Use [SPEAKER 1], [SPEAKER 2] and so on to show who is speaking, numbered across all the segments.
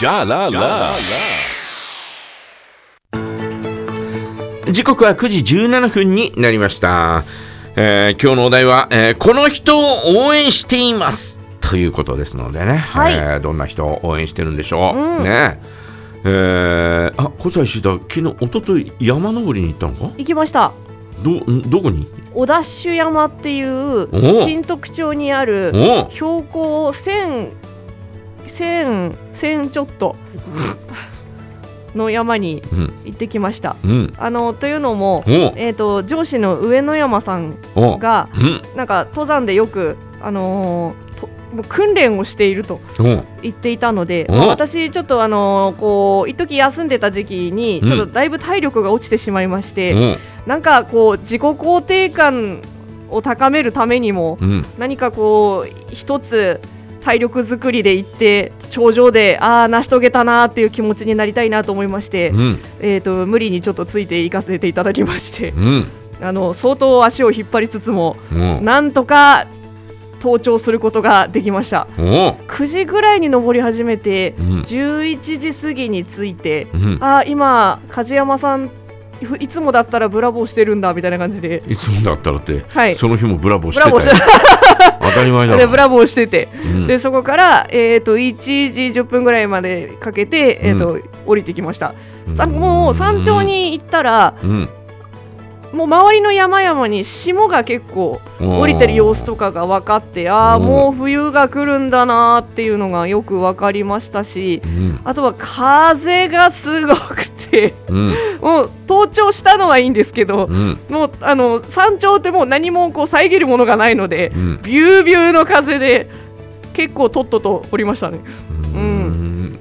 [SPEAKER 1] Ja la la.
[SPEAKER 2] 時刻は9時17分になりました、えー今日のお題は、えーこの人を応援していますということですのでね、
[SPEAKER 3] はい
[SPEAKER 2] えーどんな人を応援してるんでしょう、ねえー、あ小西シータ昨日一昨日山登りに行ったのか
[SPEAKER 3] 行きました
[SPEAKER 2] どんどこに
[SPEAKER 3] 小ダッシュ山っていう
[SPEAKER 2] お
[SPEAKER 3] 新徳町にある
[SPEAKER 2] おう
[SPEAKER 3] 標高1000 1000 1000ちょっ との山に
[SPEAKER 2] うん
[SPEAKER 3] 行ってきました。
[SPEAKER 2] うん
[SPEAKER 3] あのというのも、
[SPEAKER 2] おう
[SPEAKER 3] えー、と上司の上野山さん
[SPEAKER 2] おう
[SPEAKER 3] が
[SPEAKER 2] うん
[SPEAKER 3] なんか登山でよく、あのーともう訓練をしていると
[SPEAKER 2] おう
[SPEAKER 3] 言っていたので、
[SPEAKER 2] お
[SPEAKER 3] まあ私ちょっとあのーこう一時休んでた時期に
[SPEAKER 2] うん
[SPEAKER 3] ちょっとだいぶ体力が落ちてしまいまして、
[SPEAKER 2] おう
[SPEAKER 3] なんかこう自己肯定感を高めるためにも
[SPEAKER 2] うん
[SPEAKER 3] 何かこう一つ体力作りで行って頂上でああ成し遂げたなーっていう気持ちになりたいなと思いまして、
[SPEAKER 2] うん
[SPEAKER 3] えー、と無理にちょっとついていかせていただきまして
[SPEAKER 2] うん
[SPEAKER 3] あの相当足を引っ張りつつも
[SPEAKER 2] おう
[SPEAKER 3] なんとか登頂することができました
[SPEAKER 2] おう
[SPEAKER 3] 9時ぐらいに登り始めて
[SPEAKER 2] うん
[SPEAKER 3] 11時過ぎに着いて
[SPEAKER 2] うん
[SPEAKER 3] あー今梶山さんふいつもだったらブラボーしてるんだみたいな感じで
[SPEAKER 2] いつもだったらって、
[SPEAKER 3] はい
[SPEAKER 2] その日もブラボーし
[SPEAKER 3] ブラボー
[SPEAKER 2] て
[SPEAKER 3] した
[SPEAKER 2] よ当たり前だろ
[SPEAKER 3] でブラボーしてて、
[SPEAKER 2] うん
[SPEAKER 3] でそこから、えー、と1時10分ぐらいまでかけて、えーと降りてきました、さ
[SPEAKER 2] うん
[SPEAKER 3] もう山頂に行ったら
[SPEAKER 2] うん
[SPEAKER 3] もう周りの山々に霜が結構降りてる様子とかが分かってああ
[SPEAKER 2] うん
[SPEAKER 3] もう冬が来るんだなーっていうのがよく分かりましたし
[SPEAKER 2] うん
[SPEAKER 3] あとは風がすごくて
[SPEAKER 2] うん
[SPEAKER 3] もう登頂したのはいいんですけど
[SPEAKER 2] うん
[SPEAKER 3] もうあの山頂ってもう何もこう遮るものがないので
[SPEAKER 2] うん
[SPEAKER 3] ビュービューの風で結構とっとと降りましたね
[SPEAKER 2] うん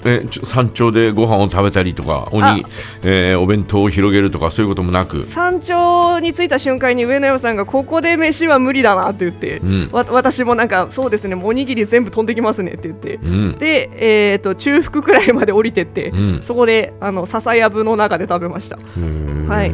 [SPEAKER 2] えちょ山頂でご飯を食べたりとかおに
[SPEAKER 3] あ、
[SPEAKER 2] えーお弁当を広げるとかそういうこともなく、
[SPEAKER 3] 山頂に着いた瞬間に上野山さんがここで飯は無理だなって言って
[SPEAKER 2] うん
[SPEAKER 3] わ私もなんかそうですねもうおにぎり全部飛んできますねって言って
[SPEAKER 2] うん
[SPEAKER 3] で、えー、と中腹くらいまで降りてって、
[SPEAKER 2] うん
[SPEAKER 3] そこであの笹やぶの中で食べました
[SPEAKER 2] うん
[SPEAKER 3] はい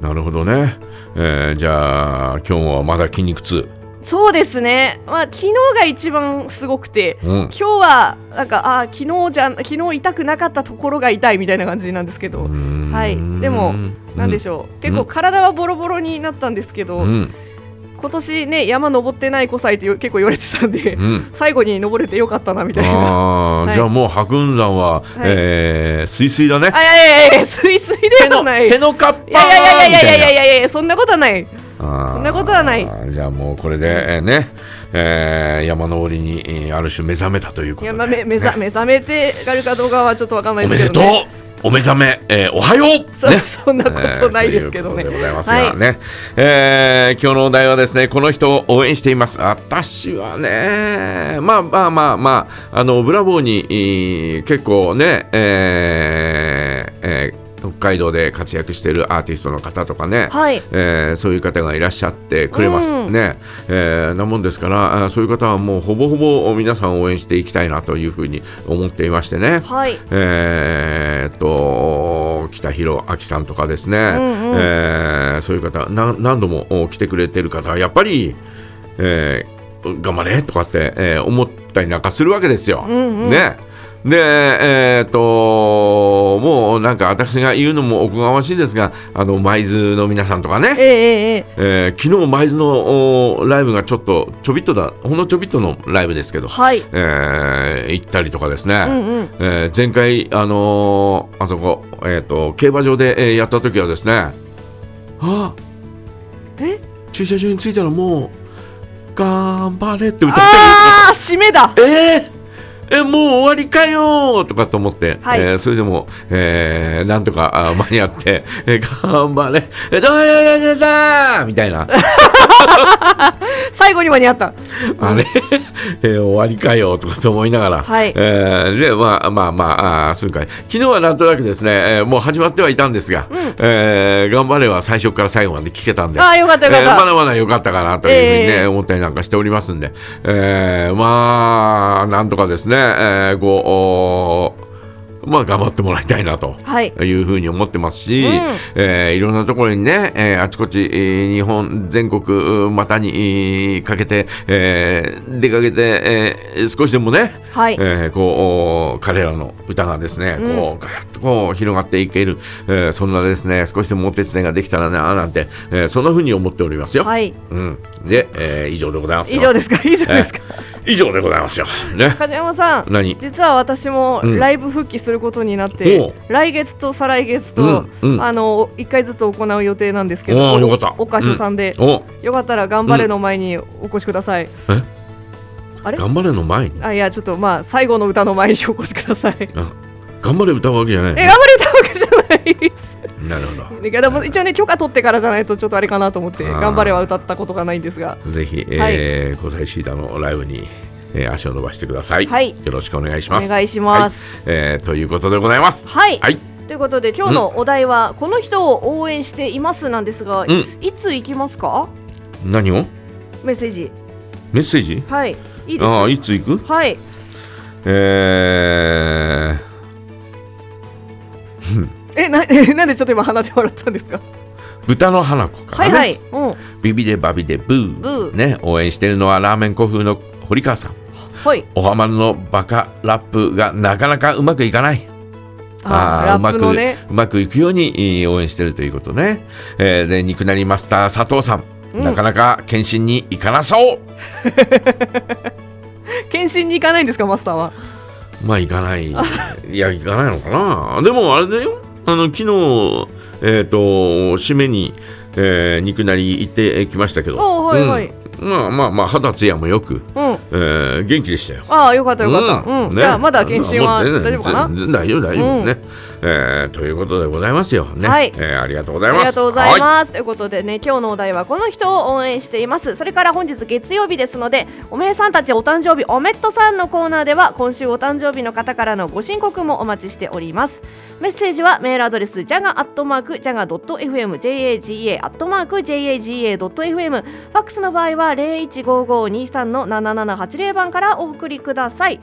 [SPEAKER 2] なるほどね、えーじゃあ今日はまだ筋肉痛、
[SPEAKER 3] そうですね、まあ、昨日が一番すごくて
[SPEAKER 2] うん
[SPEAKER 3] 今日はなんかあー昨日じゃ昨日痛くなかったところが痛いみたいな感じなんですけ
[SPEAKER 2] う
[SPEAKER 3] ど、
[SPEAKER 2] ん
[SPEAKER 3] はいでもなんでし
[SPEAKER 2] ょ
[SPEAKER 3] ょう、結構体はボロボロになったんですけど、
[SPEAKER 2] うん
[SPEAKER 3] 今年ね山登ってない5歳ってよ結構言われてたんで、
[SPEAKER 2] うん
[SPEAKER 3] 最後に登れてよかったなみたいな。
[SPEAKER 2] あー、
[SPEAKER 3] はい
[SPEAKER 2] じゃあもう白雲山は、えー、すいすいだね
[SPEAKER 3] あいやいやいや、すいすいでもない。い
[SPEAKER 2] へのかっぱーみ
[SPEAKER 3] やいやいやい
[SPEAKER 2] たい
[SPEAKER 3] やい
[SPEAKER 2] な
[SPEAKER 3] やいやいや、そんなことはない。
[SPEAKER 2] そ
[SPEAKER 3] んなことはない
[SPEAKER 2] じゃあもうこれで、えーね、えー山登りに、えーある種目覚めたというこ
[SPEAKER 3] い
[SPEAKER 2] とで。
[SPEAKER 3] や、まあ、め目覚目覚めてやるかどうかはちょっとわかんない
[SPEAKER 2] お
[SPEAKER 3] で
[SPEAKER 2] め
[SPEAKER 3] す
[SPEAKER 2] で
[SPEAKER 3] けど、
[SPEAKER 2] とう
[SPEAKER 3] ね。
[SPEAKER 2] お目覚め、えーおはよう
[SPEAKER 3] そそんなことないですけどね
[SPEAKER 2] えーということでございますが
[SPEAKER 3] はい
[SPEAKER 2] ね、えー今日のお題はですね、この人を応援しています。私はね、まあまあまあまあ、あの、ブラボーに、えー結構ね、えーえー北海道で活躍しているアーティストの方とかね、
[SPEAKER 3] はい。
[SPEAKER 2] えーそういう方がいらっしゃってくれます、
[SPEAKER 3] うん
[SPEAKER 2] ね、えーなもんですからあーそういう方はもうほぼほぼ皆さん応援していきたいなというふうに思っていましてね。
[SPEAKER 3] はい。
[SPEAKER 2] えー、っと北広明さんとかですね、
[SPEAKER 3] んうん
[SPEAKER 2] えーそういう方な何度もお来てくれてる方はやっぱり、えー頑張れとかって、えー思ったりなんかするわけですよ。
[SPEAKER 3] うんうん
[SPEAKER 2] ねでえー、っともうなんか私が言うのもおこがましいですがあの舞鶴の皆さんとかね
[SPEAKER 3] えええええ
[SPEAKER 2] えー昨日舞鶴のおーライブがちょっとちょびっとだほんのちょびっとのライブですけど、
[SPEAKER 3] えはい。
[SPEAKER 2] えー行ったりとかですね、
[SPEAKER 3] うんうん。
[SPEAKER 2] えー前回、あのーあそこ、えー、と競馬場で、えーやった時はですねあ
[SPEAKER 3] え
[SPEAKER 2] 駐車場に着いたらもう頑張れって歌ってる
[SPEAKER 3] ああ、締めだ。
[SPEAKER 2] えー、えもう終わりかよーとかと思って、
[SPEAKER 3] はい
[SPEAKER 2] えーそれでも、えーなんとかあ間に合って、えー頑張れ、えー、どうややだーみたいな、
[SPEAKER 3] 最後に間に合った。
[SPEAKER 2] あれ、えー終わりかよとかと思いながら、
[SPEAKER 3] はい
[SPEAKER 2] えーで、まあまあまあ、あーそうかい昨日はなんとなくですね、えーもう始まってはいたんですが、えー頑張れは最初から最後まで聞けたんで、
[SPEAKER 3] ああ、よかったよかっ
[SPEAKER 2] えーま
[SPEAKER 3] た。
[SPEAKER 2] だまだ良かったかなというふうにね、
[SPEAKER 3] ええ
[SPEAKER 2] 思ったりなんかしておりますんで、えーまあ、なんとかですね、えーこうおーまあ、頑張ってもらいたいなと。
[SPEAKER 3] はい。
[SPEAKER 2] いうふうに思ってますし、
[SPEAKER 3] うん
[SPEAKER 2] えーいろんなところにね、えーあちこち、えー日本全国うまたに、えーかけて、えー出かけて、えー少しでもね、
[SPEAKER 3] はい。
[SPEAKER 2] えーこう彼らの歌がですね、
[SPEAKER 3] うん
[SPEAKER 2] こうガーッとこう広がっていける、えーそんなですね少しでもお手伝いができたらななんて、えーそんなふうに思っておりますよ。
[SPEAKER 3] はい。
[SPEAKER 2] うん、で、えー以上でございます
[SPEAKER 3] 以
[SPEAKER 2] よ。
[SPEAKER 3] 上ですか。以上ですか。
[SPEAKER 2] 以上でございますよ。ね。
[SPEAKER 3] 梶山さん。
[SPEAKER 2] 何
[SPEAKER 3] 実は私も
[SPEAKER 2] うん
[SPEAKER 3] ライブ復帰することになって、
[SPEAKER 2] おう
[SPEAKER 3] 来月と再来月と、
[SPEAKER 2] うんうん
[SPEAKER 3] あの1回ずつ行う予定なんですけど
[SPEAKER 2] おうよかった
[SPEAKER 3] 岡所さんで、
[SPEAKER 2] お
[SPEAKER 3] よかったら「頑張れ」の前にお越しください、
[SPEAKER 2] え
[SPEAKER 3] あれ
[SPEAKER 2] 頑張れの前に。
[SPEAKER 3] あいやちょっとまあ最後の歌の前にお越しくださいえ
[SPEAKER 2] あ頑張れ歌うわけじゃないの
[SPEAKER 3] 頑
[SPEAKER 2] ね。
[SPEAKER 3] 張れ歌うわけじゃないです
[SPEAKER 2] なるほ
[SPEAKER 3] だけどもう一応ね許可取ってからじゃないとちょっとあれかなと思って「
[SPEAKER 2] あー
[SPEAKER 3] 頑張れ」は歌ったことがないんですが
[SPEAKER 2] ど。ぜひ、えー小西シータのライブに、えー足を伸ばしてください,、
[SPEAKER 3] はい
[SPEAKER 2] よろしくお願いし
[SPEAKER 3] お
[SPEAKER 2] ます。
[SPEAKER 3] 願いします
[SPEAKER 2] はいえーということでございます。
[SPEAKER 3] はい、
[SPEAKER 2] はい。
[SPEAKER 3] ということで今日のお題は、この人を応援しています」なんですが、
[SPEAKER 2] うん
[SPEAKER 3] いつ行きますか
[SPEAKER 2] 何を
[SPEAKER 3] メッセージ
[SPEAKER 2] メッセージ
[SPEAKER 3] はいいいです
[SPEAKER 2] ああ、いつ行く
[SPEAKER 3] はい
[SPEAKER 2] えー
[SPEAKER 3] えな えなんでちょっと今鼻で笑ったんですか
[SPEAKER 2] 豚の花子か
[SPEAKER 3] は
[SPEAKER 2] ら、
[SPEAKER 3] い
[SPEAKER 2] ね
[SPEAKER 3] はい、うん
[SPEAKER 2] ビビでバビでブー
[SPEAKER 3] ブー
[SPEAKER 2] ね、応援しているのはラーメン古風の堀川さん
[SPEAKER 3] はい
[SPEAKER 2] おはまるのバカラップがなかなかうまくいかない
[SPEAKER 3] あー
[SPEAKER 2] ー
[SPEAKER 3] ラ
[SPEAKER 2] うま
[SPEAKER 3] ップ
[SPEAKER 2] く
[SPEAKER 3] のね
[SPEAKER 2] うまくいくようにえー応援してるということね、えーで肉なりマスター佐藤さん、
[SPEAKER 3] うん
[SPEAKER 2] なかなか検診に行かなそう
[SPEAKER 3] 検診に行かないんですかマスターは
[SPEAKER 2] まあ行か ないいや行かないのかなでもあれだよあの昨日えっ、と締めに、えー肉なり行ってきましたけど、
[SPEAKER 3] おうはいはい
[SPEAKER 2] うんまあまあまあ肌つやもよく、
[SPEAKER 3] うん
[SPEAKER 2] えー元気でしたよ
[SPEAKER 3] ああよかったよかった、うん
[SPEAKER 2] ね
[SPEAKER 3] じゃあまだ検診は大丈夫かな
[SPEAKER 2] 全然大丈夫大丈
[SPEAKER 3] う
[SPEAKER 2] 夫
[SPEAKER 3] ん
[SPEAKER 2] ね、えーということでございますよね、
[SPEAKER 3] はい
[SPEAKER 2] えーありがとうございます
[SPEAKER 3] ありがとうござい
[SPEAKER 2] は
[SPEAKER 3] ます。ということでね、今日のお題はこの人を応援しています。それから本日月曜日ですので、おめえさんたちお誕生日おめっとさんのコーナーでは、今週お誕生日の方からのご申告もお待ちしております。メッセージはメールアドレス、jaga.jaga.fm、jaga.jaga.fm、ファックスの場合は015523-7780番からお送りください。